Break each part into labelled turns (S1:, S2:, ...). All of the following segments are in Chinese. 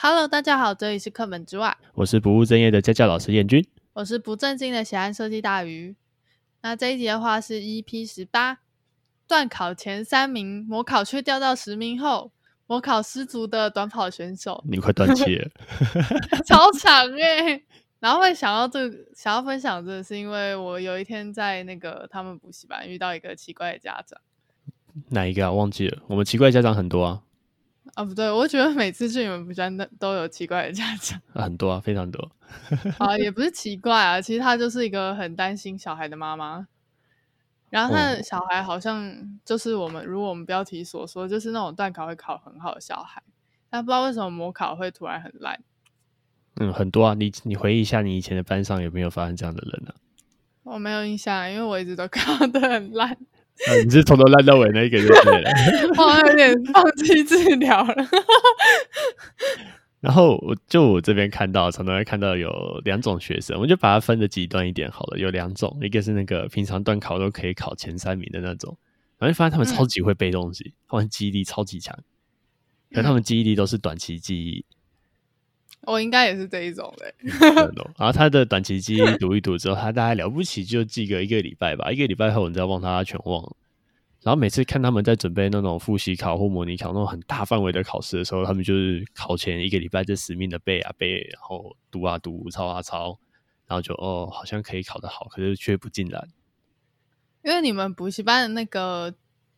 S1: Hello，大家好，这里是课本之外，
S2: 我是不务正业的家教老师燕君。，
S1: 我是不正经的喜爱设计大鱼。那这一集的话是 EP 十八，段考前三名，模考却掉到十名后，模考失足的短跑选手
S2: 你快断气了，
S1: 超长哎、然后会想要这个，想要分享这个，是因为我有一天在那个他们补习班遇到一个奇怪的家长
S2: 哪一个啊？忘记了。我们奇怪家长很多啊，
S1: 啊，不对，我觉得每次去你们补习班都都有奇怪的家长。
S2: 啊很多啊，非常多。
S1: 啊，也不是奇怪啊，其实她就是一个很担心小孩的妈妈。然后她的
S2: 哦
S1: 小孩好像就是我们，如果我们标题所说，就是那种段考会考很好的小孩，但不知道为什么模考会突然很烂。
S2: 嗯，很多啊。你你回忆一下，你以前的班上有没有发生这样的人啊？
S1: 我没有印象，因为我一直都 考的很烂，
S2: 啊你是从头烂到尾那一个就对了。
S1: 我有点放弃治疗了。
S2: 然后我就我这边看到，常常会看到有两种学生，我就把它分的极端一点好了。有两种，一个是那个平常段考都可以考前三名的那种，然后就发现他们
S1: 嗯
S2: 超级会背东西，他们记忆力超级强，可他们记忆力都是短期记忆，
S1: 我应该也是这一种的，
S2: 可能哦然后他的短期记忆读一读之后，他大概了不起就记个一个礼拜吧，一个礼拜后你再忘他，他全忘了。然后每次看他们在准备那种复习考或模拟考那种很大范围的考试的时候，他们就是考前一个礼拜在死命的背啊背，然后读啊读，抄啊抄，然后就哦好像可以考得好，可是却不进来。
S1: 因为你们补习班的那个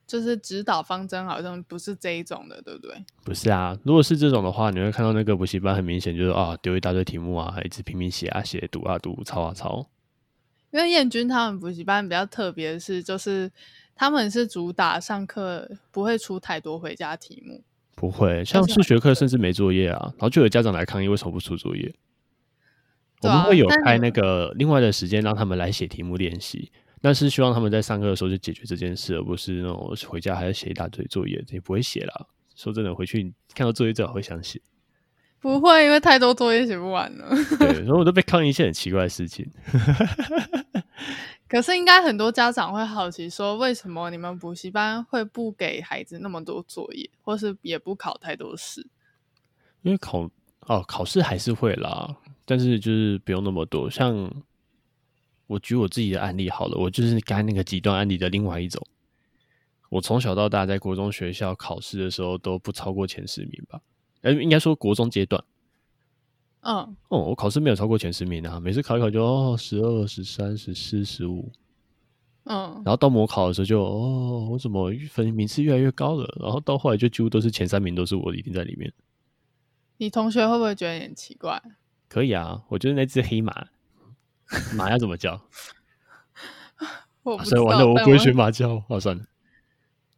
S1: 就是指导方针好像不是这一种的，对不对？
S2: 不是啊，如果是这种的话，你会看到那个补习班很明显就是啊丢一大堆题目啊，一直拼命写啊写，读啊读，抄啊抄。
S1: 因为燕军他们补习班比较特别的是，就是他们是主打上课不会出太多回家题目，
S2: 不会，像
S1: 是
S2: 数学课甚至没作业啊，然后就有家长来抗议为什么不出作业。我
S1: 对啊
S2: 们会有
S1: 但
S2: 开
S1: 你
S2: 那个另外的时间让他们来写题目练习，但是希望他们在上课的时候就解决这件事，而不是那种回家还要写一大堆作业，也不会写啦。说真的，回去看到作业最好会想写。
S1: 不会，因为太多作业写不完了。
S2: 对，然后我都被抗议一些很奇怪的事情。
S1: 可是应该很多家长会好奇说，为什么你们补习班会不给孩子那么多作业，或是也不考太多试？
S2: 因为考哦，考试还是会啦，但是就是不用那么多。像我举我自己的案例好了，我就是刚才那个极端案例的另外一种。我从小到大在国中学校考试的时候都不超过前十名吧，呃，应该说国中阶段。
S1: 嗯，
S2: 哦，我考试没有超过前十名啊，每次考一考就哦十二、十三、十四、十五，
S1: 嗯，
S2: 然后到模考的时候就哦，我怎么分名次越来越高了？然后到后来就几乎都是前三名，都是我一定在里面。
S1: 你同学会不会觉得你很奇怪？
S2: 可以啊，我就是那只 黑马，马要怎么叫？啊
S1: 我不知
S2: 所
S1: 道，
S2: 以完了，我
S1: 但
S2: 不会学马叫。哦，算了，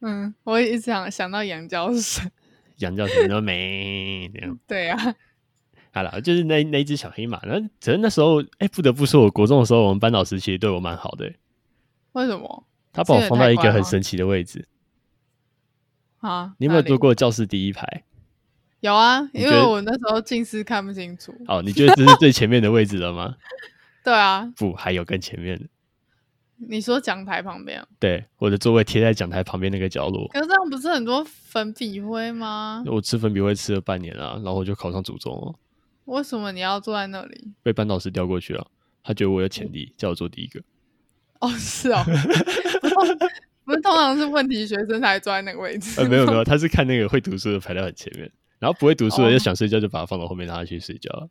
S1: 嗯，我一直想想到杨娇生，
S2: 羊叫什么都没这样。
S1: 对啊，
S2: 好了，就是那那一只小黑马。那只是那时候，哎、不得不说，我国中的时候，我们班老师其实对我蛮好的、
S1: 为什么
S2: 他把我放
S1: 这
S2: 到一
S1: 也太乖
S2: 个
S1: 了
S2: 很神奇的位置。
S1: 啊？
S2: 你有没有
S1: 哪里
S2: 坐过教室第一排？
S1: 有啊，
S2: 你
S1: 因
S2: 觉
S1: 为
S2: 得
S1: 我那时候近视看不清楚。
S2: 哦，你觉得这是最前面的位置了吗？
S1: 对啊，
S2: 不，还有更前面的。
S1: 你说讲台旁边啊，
S2: 对，我的座位贴在讲台旁边那个角落。
S1: 可是这样不是很多粉笔灰吗？
S2: 我吃粉笔会吃了半年啊，然后我就考上祖宗了，
S1: 为什么你要坐在那里？
S2: 被班导师调过去了。他觉得我有潜力，叫我做第一个。
S1: 哦，是哦，不是通不是通常是问题学生才坐在那个位置吗、
S2: 呃，没有没有，他是看那个会读书的排到很前面，然后不会读书的
S1: 哦
S2: 就想睡觉就把他放到后面让他去睡觉了，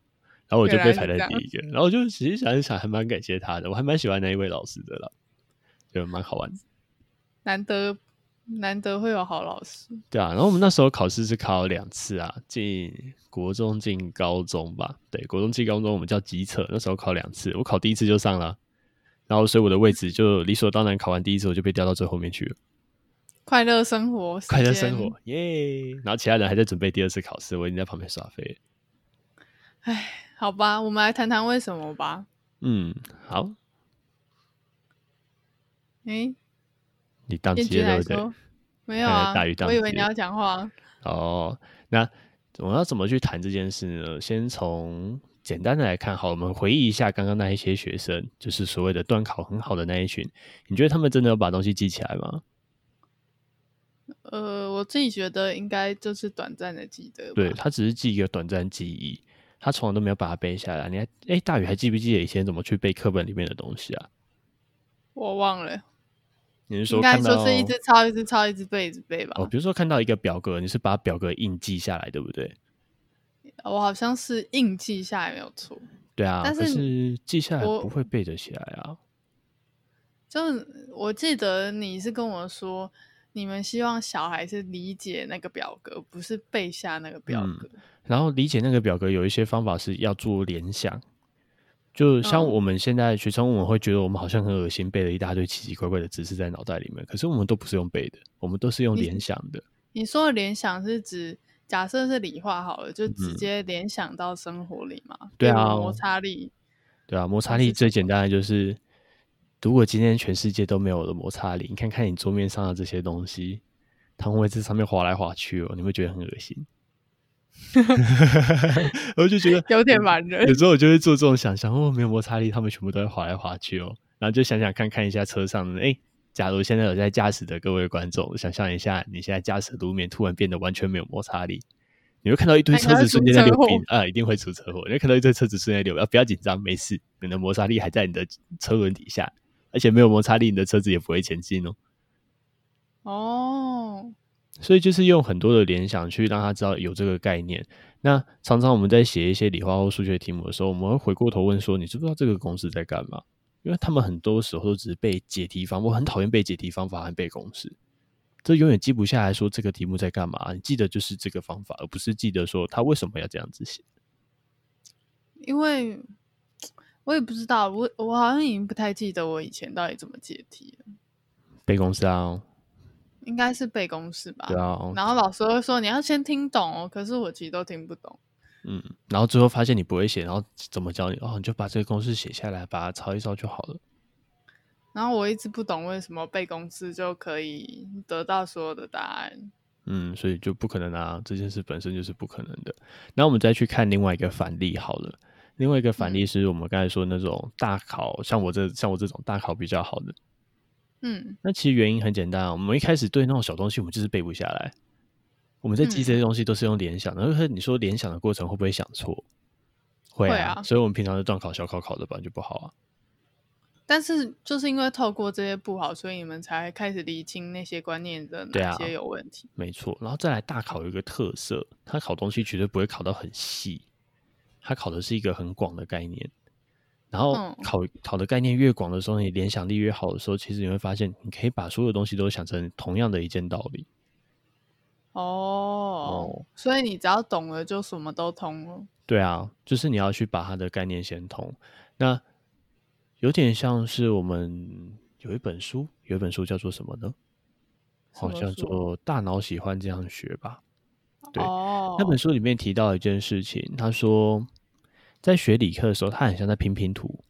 S2: 然后我就
S1: 原来
S2: 被
S1: 是
S2: 排在
S1: 这样
S2: 第一个，然后我就仔细想一想，还蛮感谢他的，我还蛮喜欢那一位老师的啦，就蛮好玩的。
S1: 难得难得会有好老师。
S2: 对啊，然后我们那时候考试是考两次啊，进国中进高中吧，对，国中进高中我们叫机测，那时候考两次，我考第一次就上了，然后所以我的位置就理所当然，考完第一次我就被调到最后面去了。
S1: 快乐生活，
S2: 快乐生活，，耶！然后其他人还在准备第二次考试，我已经在旁边耍飞了。
S1: 好吧，我们来谈谈为什么吧。
S2: 嗯，好，
S1: 诶、
S2: 你当
S1: 燕
S2: 机
S1: 君
S2: 了，
S1: 来
S2: 对不对
S1: 说？没有啊
S2: 呃大鱼，当
S1: 我以为
S2: 机
S1: 你要讲话。
S2: 哦，那我要怎么去谈这件事呢？先从简单的来看，好，我们回忆一下刚刚那一些学生，就是所谓的段考很好的那一群，你觉得他们真的有把东西记起来吗？
S1: 呃，我我自己觉得应该就是短暂的记得吧。
S2: 对他只是记一个短暂记忆，他从来都没有把它背下来。你还哎，大宇还记不记得以前怎么去背课本里面的东西啊？
S1: 我忘了，
S2: 你是
S1: 应
S2: 说
S1: 该
S2: 看到
S1: 就是一直抄，一直抄，一直背，一直背吧。
S2: 哦，比如说看到一个表格，你是把表格印记下来，对不对？
S1: 我好像是硬记下来没有错，
S2: 对啊，
S1: 但
S2: 可
S1: 是
S2: 是记下来
S1: 我
S2: 不会背得起来啊。
S1: 就是我记得你是跟我说，你们希望小孩是理解那个表格，不是背下那个表
S2: 嗯
S1: 格。
S2: 然后理解那个表格有一些方法是要做联想，就像
S1: 嗯
S2: 我们现在学生，我们会觉得我们好像很恶心，背了一大堆奇奇怪怪的知识在脑袋里面，可是我们都不是用背的，我们都是用
S1: 你
S2: 联想的。
S1: 你说的联想是指，假设是理化好了，就直
S2: 嗯
S1: 接联想到生活里嘛？
S2: 对
S1: 例如
S2: 啊
S1: 摩擦力。
S2: 对啊，摩擦
S1: 还
S2: 力
S1: 是
S2: 最
S1: 什
S2: 简单的就是，如果今天全世界都没有我的摩擦力，你看看你桌面上的这些东西，它会在上面滑来滑去哦，你会觉得很恶心。 我就觉得
S1: 有点烦人
S2: 有时候我就会做这种想象，哦，没有摩擦力，他们全部都在滑来滑去哦。然后就想想看看一下车上的，哎，假如现在有在驾驶的各位观众，想象一下你现在驾驶的路面突然变得完全没有摩擦力，你会看到一堆
S1: 那
S2: 车
S1: 你会
S2: 子瞬
S1: 出
S2: 间在
S1: 车
S2: 溜
S1: 祸
S2: 冰啊，一定会出车祸。你会看到一堆车子瞬间溜冰，啊不要紧张，没事，你的摩擦力还在你的车轮底下，而且没有摩擦力，你的车子也不会前进哦。
S1: 哦，
S2: 所以就是用很多的联想去让他知道有这个概念。那常常我们在写一些理化或数学题目的时候，我们会回过头问说：“你知不知道这个公式在干嘛？”因为他们很多时候都只是背解题方，我很讨厌背解题方法和背公式，这永远记不下来说这个题目在干嘛。你记得就是这个方法，而不是记得说他为什么要这样子写。
S1: 因为我也不知道，我我好像已经不太记得我以前到底怎么解题了，
S2: 背公式啊，
S1: 应该是背公式吧。
S2: 对啊，
S1: 然后老师会说你要先听懂哦，可是我其实都听不懂。
S2: 嗯，然后最后发现你不会写，然后怎么教你？哦，你就把这个公式写下来，把它抄一抄就好了。
S1: 然后我一直不懂为什么背公式就可以得到所有的答案。
S2: 嗯，所以就不可能啊，这件事本身就是不可能的。那我们再去看另外一个反例好了，另外一个
S1: 嗯
S2: 反例是我们刚才说那种大考，像我这像我这种大考比较好的，
S1: 嗯，
S2: 那其实原因很简单啊，我们一开始对那种小东西我们就是背不下来，我们在记
S1: 嗯
S2: 这些东西都是用联想的，然后你说联想的过程会不会想错？会
S1: 会
S2: 啊，
S1: 啊
S2: 所以我们平常就断考、小考考的本来就不好啊。
S1: 但是就是因为透过这些不好，所以你们才开始理清那些观念的
S2: 对啊
S1: 哪些有问题。
S2: 没错，然后再来大考有一个特色，它考东西绝对不会考到很细，它考的是一个很广的概念。然后
S1: 嗯
S2: 考、考的概念越广的时候，你联想力越好的时候，其实你会发现，你可以把所有东西都想成同样的一件道理。
S1: 哦，
S2: 哦
S1: 所以你只要懂了，就什么都通了。
S2: 对啊，就是你要去把它的概念先通。那有点像是我们有一本书，有一本书叫做什么呢？
S1: 什
S2: 好
S1: 么
S2: 像
S1: 书
S2: 做《大脑喜欢这样学》吧。对
S1: 哦，
S2: 那本书里面提到一件事情，他说在学理科的时候，他很像在拼拼图。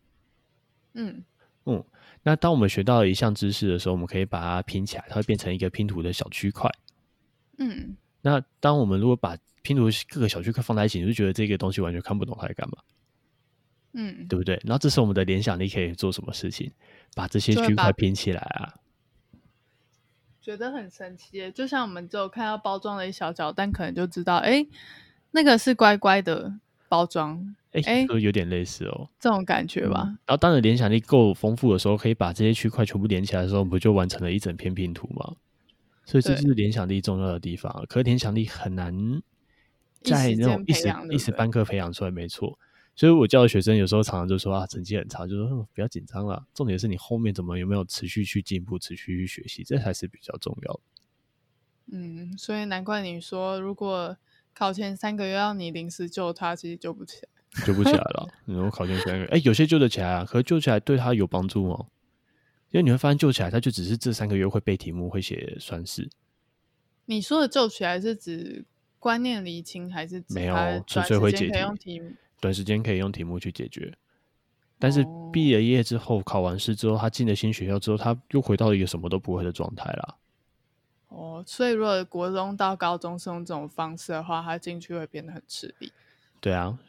S1: 嗯
S2: 嗯，那当我们学到一项知识的时候，我们可以把它拼起来，它会变成一个拼图的小区块。
S1: 嗯，
S2: 那当我们如果把拼图各个小区块放在一起，你就觉得这个东西完全看不懂它在干嘛，
S1: 嗯，
S2: 对不对？然后这时候我们的联想力可以做什么事情？把这些
S1: 就会
S2: 区块
S1: 把
S2: 拼起来啊！
S1: 觉得很神奇耶。就像我们只有看到包装的一小角，但可能就知道，哎，那个是乖乖的包装，
S2: 哎、
S1: 哎
S2: 都有点类似哦。
S1: 这种感觉吧。
S2: 嗯然后当你联想力够丰富的时候，可以把这些区块全部连起来的时候，我们不就完成了一整片拼图吗？所以这
S1: 对
S2: 就是联想力重要的地方。可是联想力很难
S1: 一
S2: 在
S1: 时
S2: 那种
S1: 间
S2: 一
S1: 培
S2: 时
S1: 养对
S2: 一
S1: 不
S2: 时
S1: 对
S2: 班课培养出来，没错。所以我教的学生有时候常常就说啊，成绩很差，就说、嗯、不要紧张啦，重点是你后面怎么有没有持续去进步，持续去学习，这才是比较重要的。
S1: 嗯，所以难怪你说，如果考前三个月要你临时救他，其实救不起来。
S2: 救不起来 了。然后考卷三个，哎、有些救得起来啊，可是救起来对他有帮助吗？因为你会发现救起来，他就只是这三个月会背题目，会写算式，
S1: 你说的救起来是指观念厘清，还是指
S2: 没有
S1: 他
S2: 纯
S1: 短
S2: 粹
S1: 时
S2: 会
S1: 间
S2: 解
S1: 可以
S2: 题
S1: 用题目？
S2: 短时间可以用题目去解决。但是
S1: 哦
S2: 毕了业之后，考完试之后，他进了新学校之后，他又回到一个什么都不会的状态啦。
S1: 哦，所以如果国中到高中是用这种方式的话，他进去会变得很吃力。
S2: 对啊，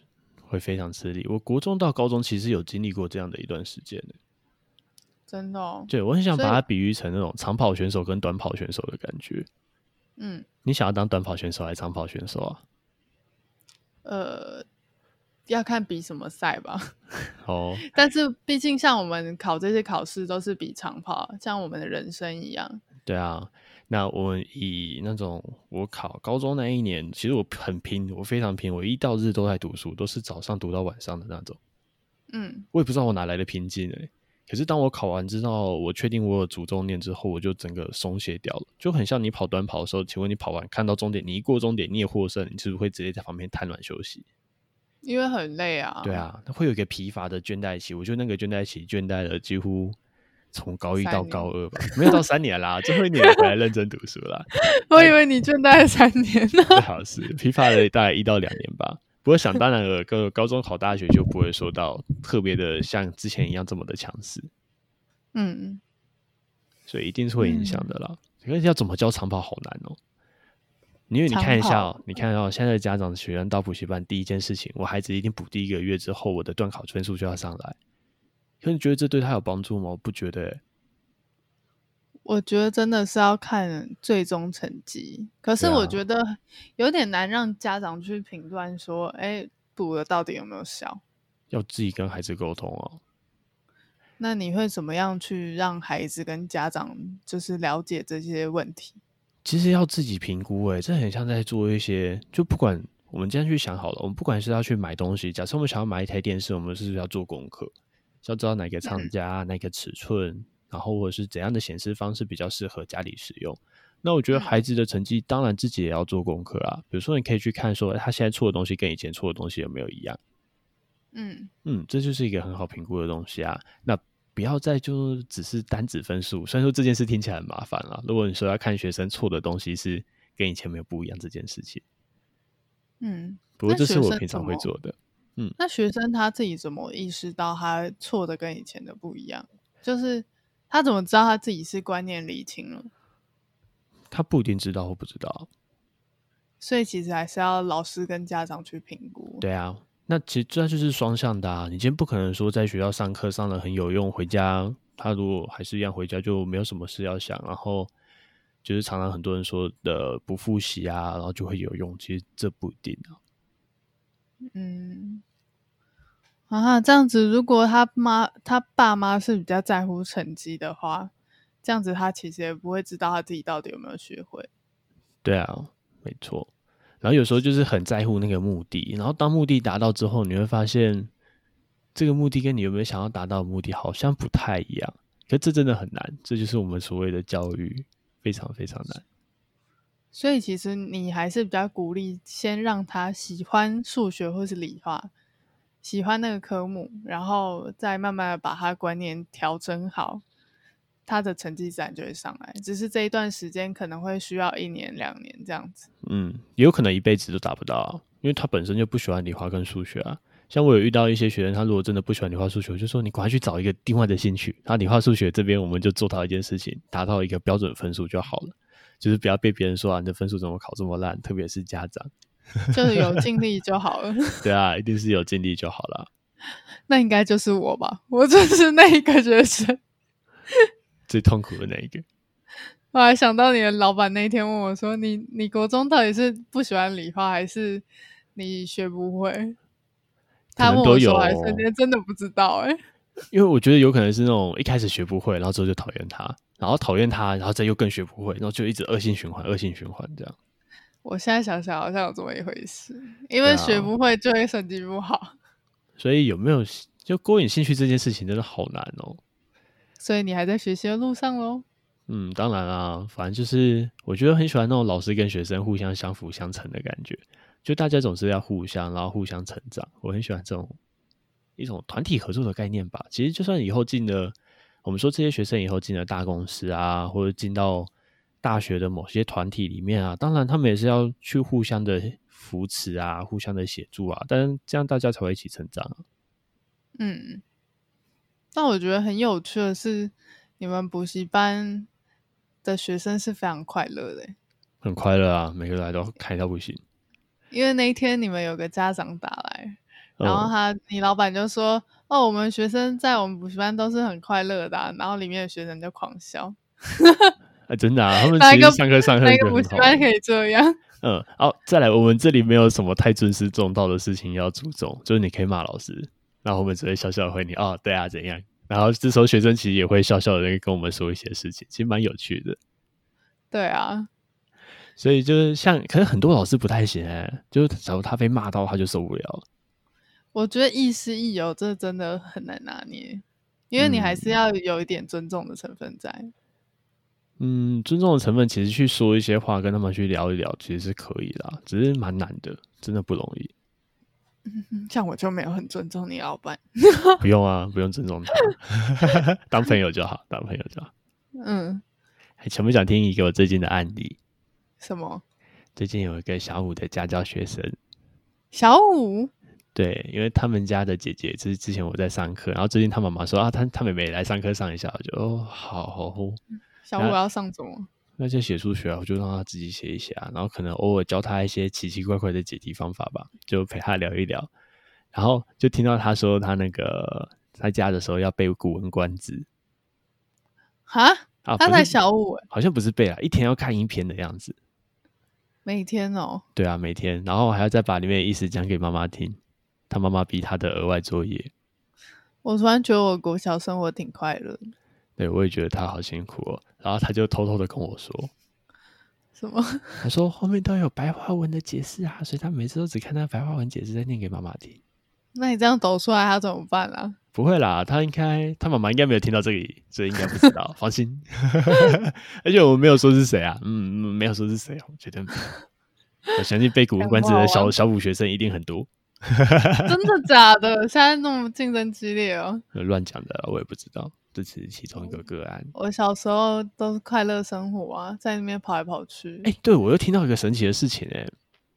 S2: 会非常吃力。我国中到高中其实有经历过这样的一段时间的。
S1: 真的、哦，
S2: 对我很想
S1: 所以
S2: 把它比喻成那种长跑选手跟短跑选手的感觉。
S1: 嗯，
S2: 你想要当短跑选手还是长跑选手啊？
S1: 呃，要看比什么赛吧。
S2: 哦，
S1: 但是毕竟像我们考这些考试都是比长跑，啊像我们的人生一样。
S2: 对啊，那我们以那种我考高中那一年，其实我很拼，我非常拼，我一到日都在读书，都是早上读到晚上的那种。
S1: 嗯
S2: 我也不知道我哪来的拼劲哎、可是当我考完之后，我确定我有主动念之后，我就整个松懈掉了，就很像你跑短跑的时候，请问你跑完看到终点，你一过终点你也获胜，你是不是会直接在旁边瘫软休息？
S1: 因为很累啊。
S2: 对，啊，那会有一个疲乏的倦怠期，我觉得那个倦怠期倦怠了几乎从高一
S1: 三
S2: 到
S1: 年
S2: 高二吧，没有到三年啦， 最后一年回来认真读书啦。
S1: 我以为你倦怠了三年呢。
S2: 最好是 批发了大概一到两年吧。不过想当然了，高高中考大学就不会说到特别的像之前一样这么的强势，
S1: 嗯，
S2: 所以一定是会影响的啦。可是要怎么教长跑好难哦，因为你看一下、哦，你看哦，现在的家长学生到补习班第一件事情，我孩子一定补第一个月之后，我的段考分数就要上来。可是你觉得这对他有帮助吗？我不觉得欸、
S1: 我觉得真的是要看最终成绩，可是
S2: 对啊
S1: 我觉得有点难让家长去评断说，哎，补了到底有没有效？
S2: 要自己跟孩子沟通哦。
S1: 那你会怎么样去让孩子跟家长就是了解这些问题？
S2: 其实要自己评估、欸，这很像在做一些，就不管我们今天去想好了，我们不管是要去买东西，假设我们想要买一台电视，我们是不是要做功课，是要知道哪个厂家、哪个尺寸，然后或者是怎样的显示方式比较适合家里使用。那我觉得孩子的成绩，当然自己也要做功课啊。比如说，你可以去看说，诶哎他现在错的东西跟以前错的东西有没有一样。
S1: 嗯，
S2: 嗯，这就是一个很好评估的东西啊。那不要再就只是单指分数，虽然说这件事听起来很麻烦啊。如果你说要看学生错的东西是跟以前没有不一样这件事情，
S1: 嗯，
S2: 不过
S1: 那
S2: 这是
S1: 学
S2: 我
S1: 生
S2: 平
S1: 怎
S2: 常会
S1: 么
S2: 做的。
S1: 那学生他自己怎么意识到他错的跟以前的不一样？就是他怎么知道他自己是观念理清了？
S2: 他不一定知道或不知
S1: 哦
S2: 道，
S1: 所以其实还是要老师跟家长去评估。
S2: 对啊。那其实这就是双向的啊。你今天不可能说在学校上课上的很有用，回家他如果还是一样回家就没有什么事要想，然后就是常常很多人说的不复习啊，然后就会有用。其实这不一定啊。
S1: 嗯，啊，这样子，如果他妈他爸妈是比较在乎成绩的话，这样子他其实也不会知道他自己到底有没有学会。
S2: 对啊，没错。然后有时候就是很在乎那个目的，然后当目的达到之后，你会发现这个目的跟你有没有想要达到的目的好像不太一样。可这真的很难，这就是我们所谓的教育，非常非常难。
S1: 所以其实你还是比较鼓励先让他喜欢数学或是理化，喜欢那个科目，然后再慢慢的把他观念调整好，他的成绩自然就会上来。只是这一段时间可能会需要一年两年这样子。
S2: 嗯，也有可能一辈子都达不到、啊，因为他本身就不喜欢理化跟数学啊。像我有遇到一些学生，他如果真的不喜欢理化数学，我就说你赶快去找一个另外的兴趣。他理化数学这边，我们就做到一件事情，达到一个标准分数就好了， 就是不要被别人说啊，你的分数怎么考这么烂，特别是家长。
S1: 就是有尽力就好了。
S2: 对啊，一定是有尽力就好了。
S1: 那应该就是我吧，我就是那一个学生。
S2: 最痛苦的那一个，
S1: 我还想到你的老板那天问我说：“你你国中到底是不喜欢理化，还是你学不会？”
S2: 可
S1: 他
S2: 能
S1: 问
S2: 都
S1: 我
S2: 有
S1: 说
S2: 哦
S1: 还是你真的不知道哎、
S2: 因为我觉得有可能是那种一开始学不会，然后之后就讨厌他，然后讨厌他，然后再又更学不会，然后就一直恶性循环，恶性循环这样。
S1: 我现在想想好像有这么一回事，因
S2: 对啊
S1: 为学不会就会成绩不好，
S2: 所以有没有就勾引兴趣这件事情真的好难哦。
S1: 所以你还在学习的路上喽。
S2: 嗯，当然啦，反正就是我觉得很喜欢那种老师跟学生互相相辅相成的感觉，就大家总是要互相，然后互相成长。我很喜欢这种一种团体合作的概念吧。其实就算以后进了，我们说这些学生以后进了大公司啊，或者进到大学的某些团体里面啊，当然他们也是要去互相的扶持啊，互相的协助啊，但是这样大家才会一起成长啊。
S1: 嗯，那我觉得很有趣的是，你们补习班的学生是非常快乐的欸、
S2: 很快乐啊，每个人来都开到不行。
S1: 因为那一天你们有个家长打来，
S2: 嗯
S1: 然后他你老板就说：“哦，我们学生在我们补习班都是很快乐的啊、然后里面的学生就狂笑，
S2: 啊，真的啊，他们
S1: 哪一
S2: 其
S1: 个
S2: 实上课上课
S1: 那
S2: 觉
S1: 个
S2: 得
S1: 补
S2: 很
S1: 习
S2: 好
S1: 班
S2: 玩。
S1: 可以这样？
S2: 嗯，好，再来，我们这里没有什么太尊师重道的事情要注重，就是你可以骂老师，然后我们只会笑笑地回你哦，对啊，怎样？然后这时候学生其实也会笑笑的跟我们说一些事情，其实蛮有趣的。
S1: 对啊，
S2: 所以就是像，可是很多老师不太行、欸，就是假如他被骂到，他就受不了了。
S1: 我觉得亦师亦友这真的很难拿捏，因为你还是
S2: 嗯
S1: 要有一点尊重的成分在。
S2: 嗯，尊重的成分其实去说一些话，跟他们去聊一聊，其实是可以啦，只是蛮难的，真的不容 易。
S1: 嗯像我就没有很尊重你老板，
S2: 不用啊，不用尊重他， 当朋友就好，当朋友就好。
S1: 嗯，
S2: 还想不哎想听一个我最近的案例？
S1: 什么
S2: 最近有一个小五的家教学生，
S1: 小五，
S2: 对，因为他们家的姐姐，就是之前我在上课，然后最近他妈妈说啊，他他妹妹来上课上一下，我就哦好哦
S1: 小五要上什么？
S2: 那些写数学啊，我就让他自己写一写啊，然后可能偶尔教他一些奇奇怪怪的解题方法吧，就陪他聊一聊。然后就听到他说他那个在家的时候要背《古文观止》
S1: 哈，
S2: 啊，
S1: 他
S2: 不
S1: 才
S2: 是
S1: 小五欸，
S2: 好像不是背啊，一天要看一篇的样子。
S1: 每天哦，
S2: 对啊，每天，然后还要再把里面的意思讲给妈妈听，他妈妈逼他的额外作业。
S1: 我突然觉得我国小生活挺快乐的，
S2: 对我也觉得他好辛苦哦。然后他就偷偷的跟我说，
S1: 什么？
S2: 他说后面都有白话文的解释啊，所以他每次都只看那白话文解释，再念给妈妈听。
S1: 那你这样抖出来，他怎么办啊？
S2: 不会啦，他应该他妈妈应该没有听到这里，所以应该不 知道，放心。而且我没有说是谁啊，嗯，嗯没有说是谁啊，我觉得没有我相信被古文观止
S1: 很
S2: 的
S1: 好玩
S2: 小小五学生一定很多，
S1: 真的假的？现在那么竞争激烈哦！
S2: 呃乱讲的我也不知道，这只是其中一个个案。
S1: 我小时候都是快乐生活啊，在那边跑来跑去。
S2: 哎、对我又听到一个神奇的事情、欸，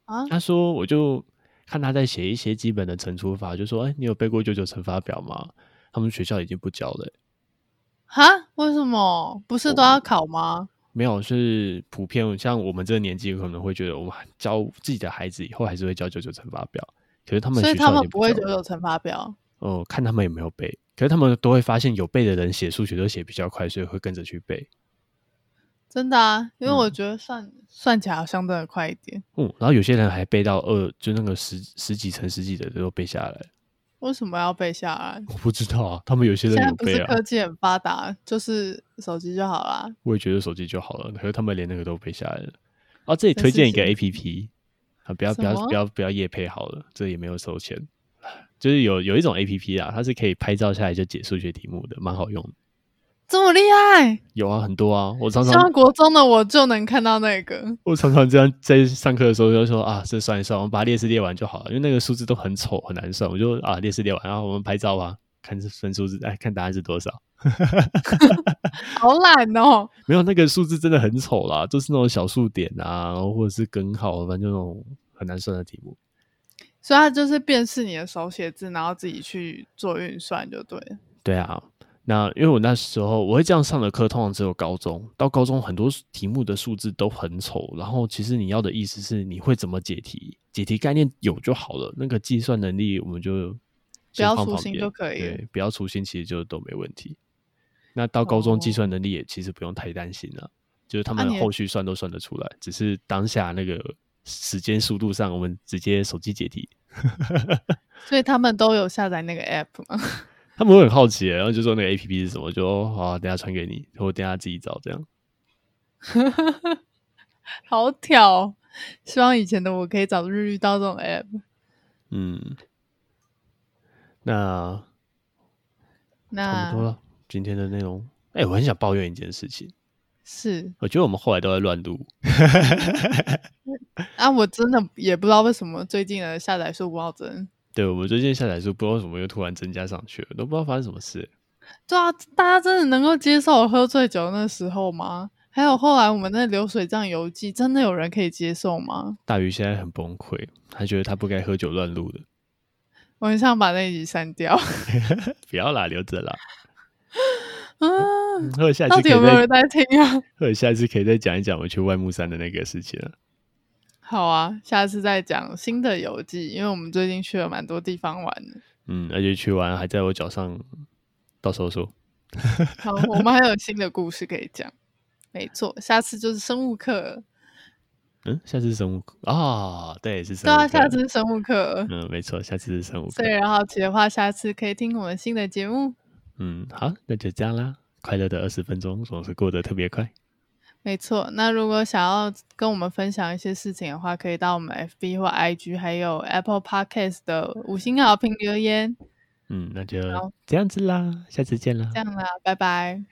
S1: 啊，
S2: 他说我就看他在写一些基本的乘除法，就说，哎、你有背过九九乘法表吗？他们学校已经不教了欸、
S1: 哈？为什么？不是都要考吗？
S2: 没有，是普遍像我们这个年纪可能会觉得，我们教自己的孩子以后还是会教九九乘法表，可是他们
S1: 所以
S2: 学
S1: 他
S2: 校已
S1: 们
S2: 经
S1: 不会
S2: 教
S1: 九
S2: 了
S1: 九乘法表。
S2: 哦、看他们有没有背，可是他们都会发现有背的人写数学都写比较快，所以会跟着去背。
S1: 真的啊，因为我
S2: 嗯
S1: 觉得算、算起来好像真的快一点。
S2: 嗯，然后有些人还背到二，就那个十十几乘十几的都背下来。
S1: 为什么要背下来？
S2: 我不知道啊，他们有些
S1: 现
S2: 人
S1: 在
S2: 有
S1: 不
S2: 背
S1: 是
S2: 啊
S1: 科，技很发达，就是手机就好啦。
S2: 我也觉得手机就好了，可是他们连那个都背下来了。哦，这里
S1: 真
S2: 推
S1: 是
S2: 荐一个
S1: 辛
S2: A
S1: 苦
S2: P P 啊，不要
S1: 什
S2: 不要
S1: 么
S2: 不要不要夜配好了，这也没有收钱，就是有有一种 A P P 啊，它是可以拍照下来就解数学题目的，蛮好用的。
S1: 这么厉害！
S2: 有啊，很多啊，我常常
S1: 上国中的我就能看到那个，
S2: 我常常这样在上课的时候就说啊，这算一算，我们把列式列完就好了，因为那个数字都很丑很难算，我就啊列式列完，然后我们拍照啊，看这分数是哎看答案是多少，
S1: 好懒哦。
S2: 没有那个数字真的很丑啦，就是那种小数点啊，然后或者是根号，反正就那种很难算的题目。
S1: 所以它就是辨识你的手写字，然后自己去做运算就对了。
S2: 对啊，那因为我那时候我会这样上的课，通常只有高中。到高中很多数题目的数字都很丑，然后其实你要的意思是你会怎么解题，解题概念有就好了，那个计算能力我们就先
S1: 要
S2: 放
S1: 粗
S2: 旁
S1: 心
S2: 边
S1: 就可以了
S2: 对，不要粗心，其实就都没问题。那到高中计
S1: 哦
S2: 算能力也其实不用太担心了，就是他
S1: 啊
S2: 们
S1: 你
S2: 后续算都算得出来，只是当下那个时间速度上，我们直接手机解题。
S1: 所以他们都有下载那个 app 吗？
S2: 他们会很好奇耶，然后就说那个 A P P 是什么，就哦好、啊，等一下传给你，我等一下自己找这样。
S1: 好挑哦，希望以前的我可以早日遇到这种 app。
S2: 嗯，那差
S1: 那
S2: 不多了，今天的内容。哎、我很想抱怨一件事情，
S1: 是
S2: 我觉得我们后来都在乱录，
S1: 啊，我真的也不知道为什么最近的下载数不好增。
S2: 对我们最近下载数不知道为什么又突然增加上去了，都不知道发生什么事。
S1: 对啊，大家真的能够接受我喝醉酒那时候吗？还有后来我们那流水账游记，真的有人可以接受吗？
S2: 大鱼现在很崩溃，他觉得他不该喝酒乱录的，
S1: 我很想把那一集删掉。
S2: 不要啦，留着啦，
S1: 嗯，
S2: 或者下
S1: 到
S2: 次
S1: 底
S2: 可
S1: 有
S2: 以
S1: 没有人
S2: 再，
S1: 在听啊？
S2: 或者下次可以再讲一讲我去外木山的那个事情了。啊
S1: 好啊，下次再讲新的游记，因为我们最近去了蛮多地方玩的。
S2: 嗯，而且去完还在我脚上，到时候说。
S1: 好，我们还有新的故事可以讲。没错，下次就是生物课。
S2: 嗯，下次是生物课啊，对，是生
S1: 对
S2: 物
S1: 啊，
S2: 课。
S1: 下次是生物课。
S2: 嗯，没错，下次是生物课
S1: 所以。然后奇的话，下次可以听我们新的节目。
S2: 嗯，好，那就这样啦。快乐的二十分钟总是过得特别快。
S1: 没错，那如果想要跟我们分享一些事情的话，可以到我们 FB 或 IG，还有 Apple Podcast 的五星好评留言。
S2: 嗯，那就
S1: 好
S2: 这样子啦，下次见啦
S1: 这，样啦，拜拜。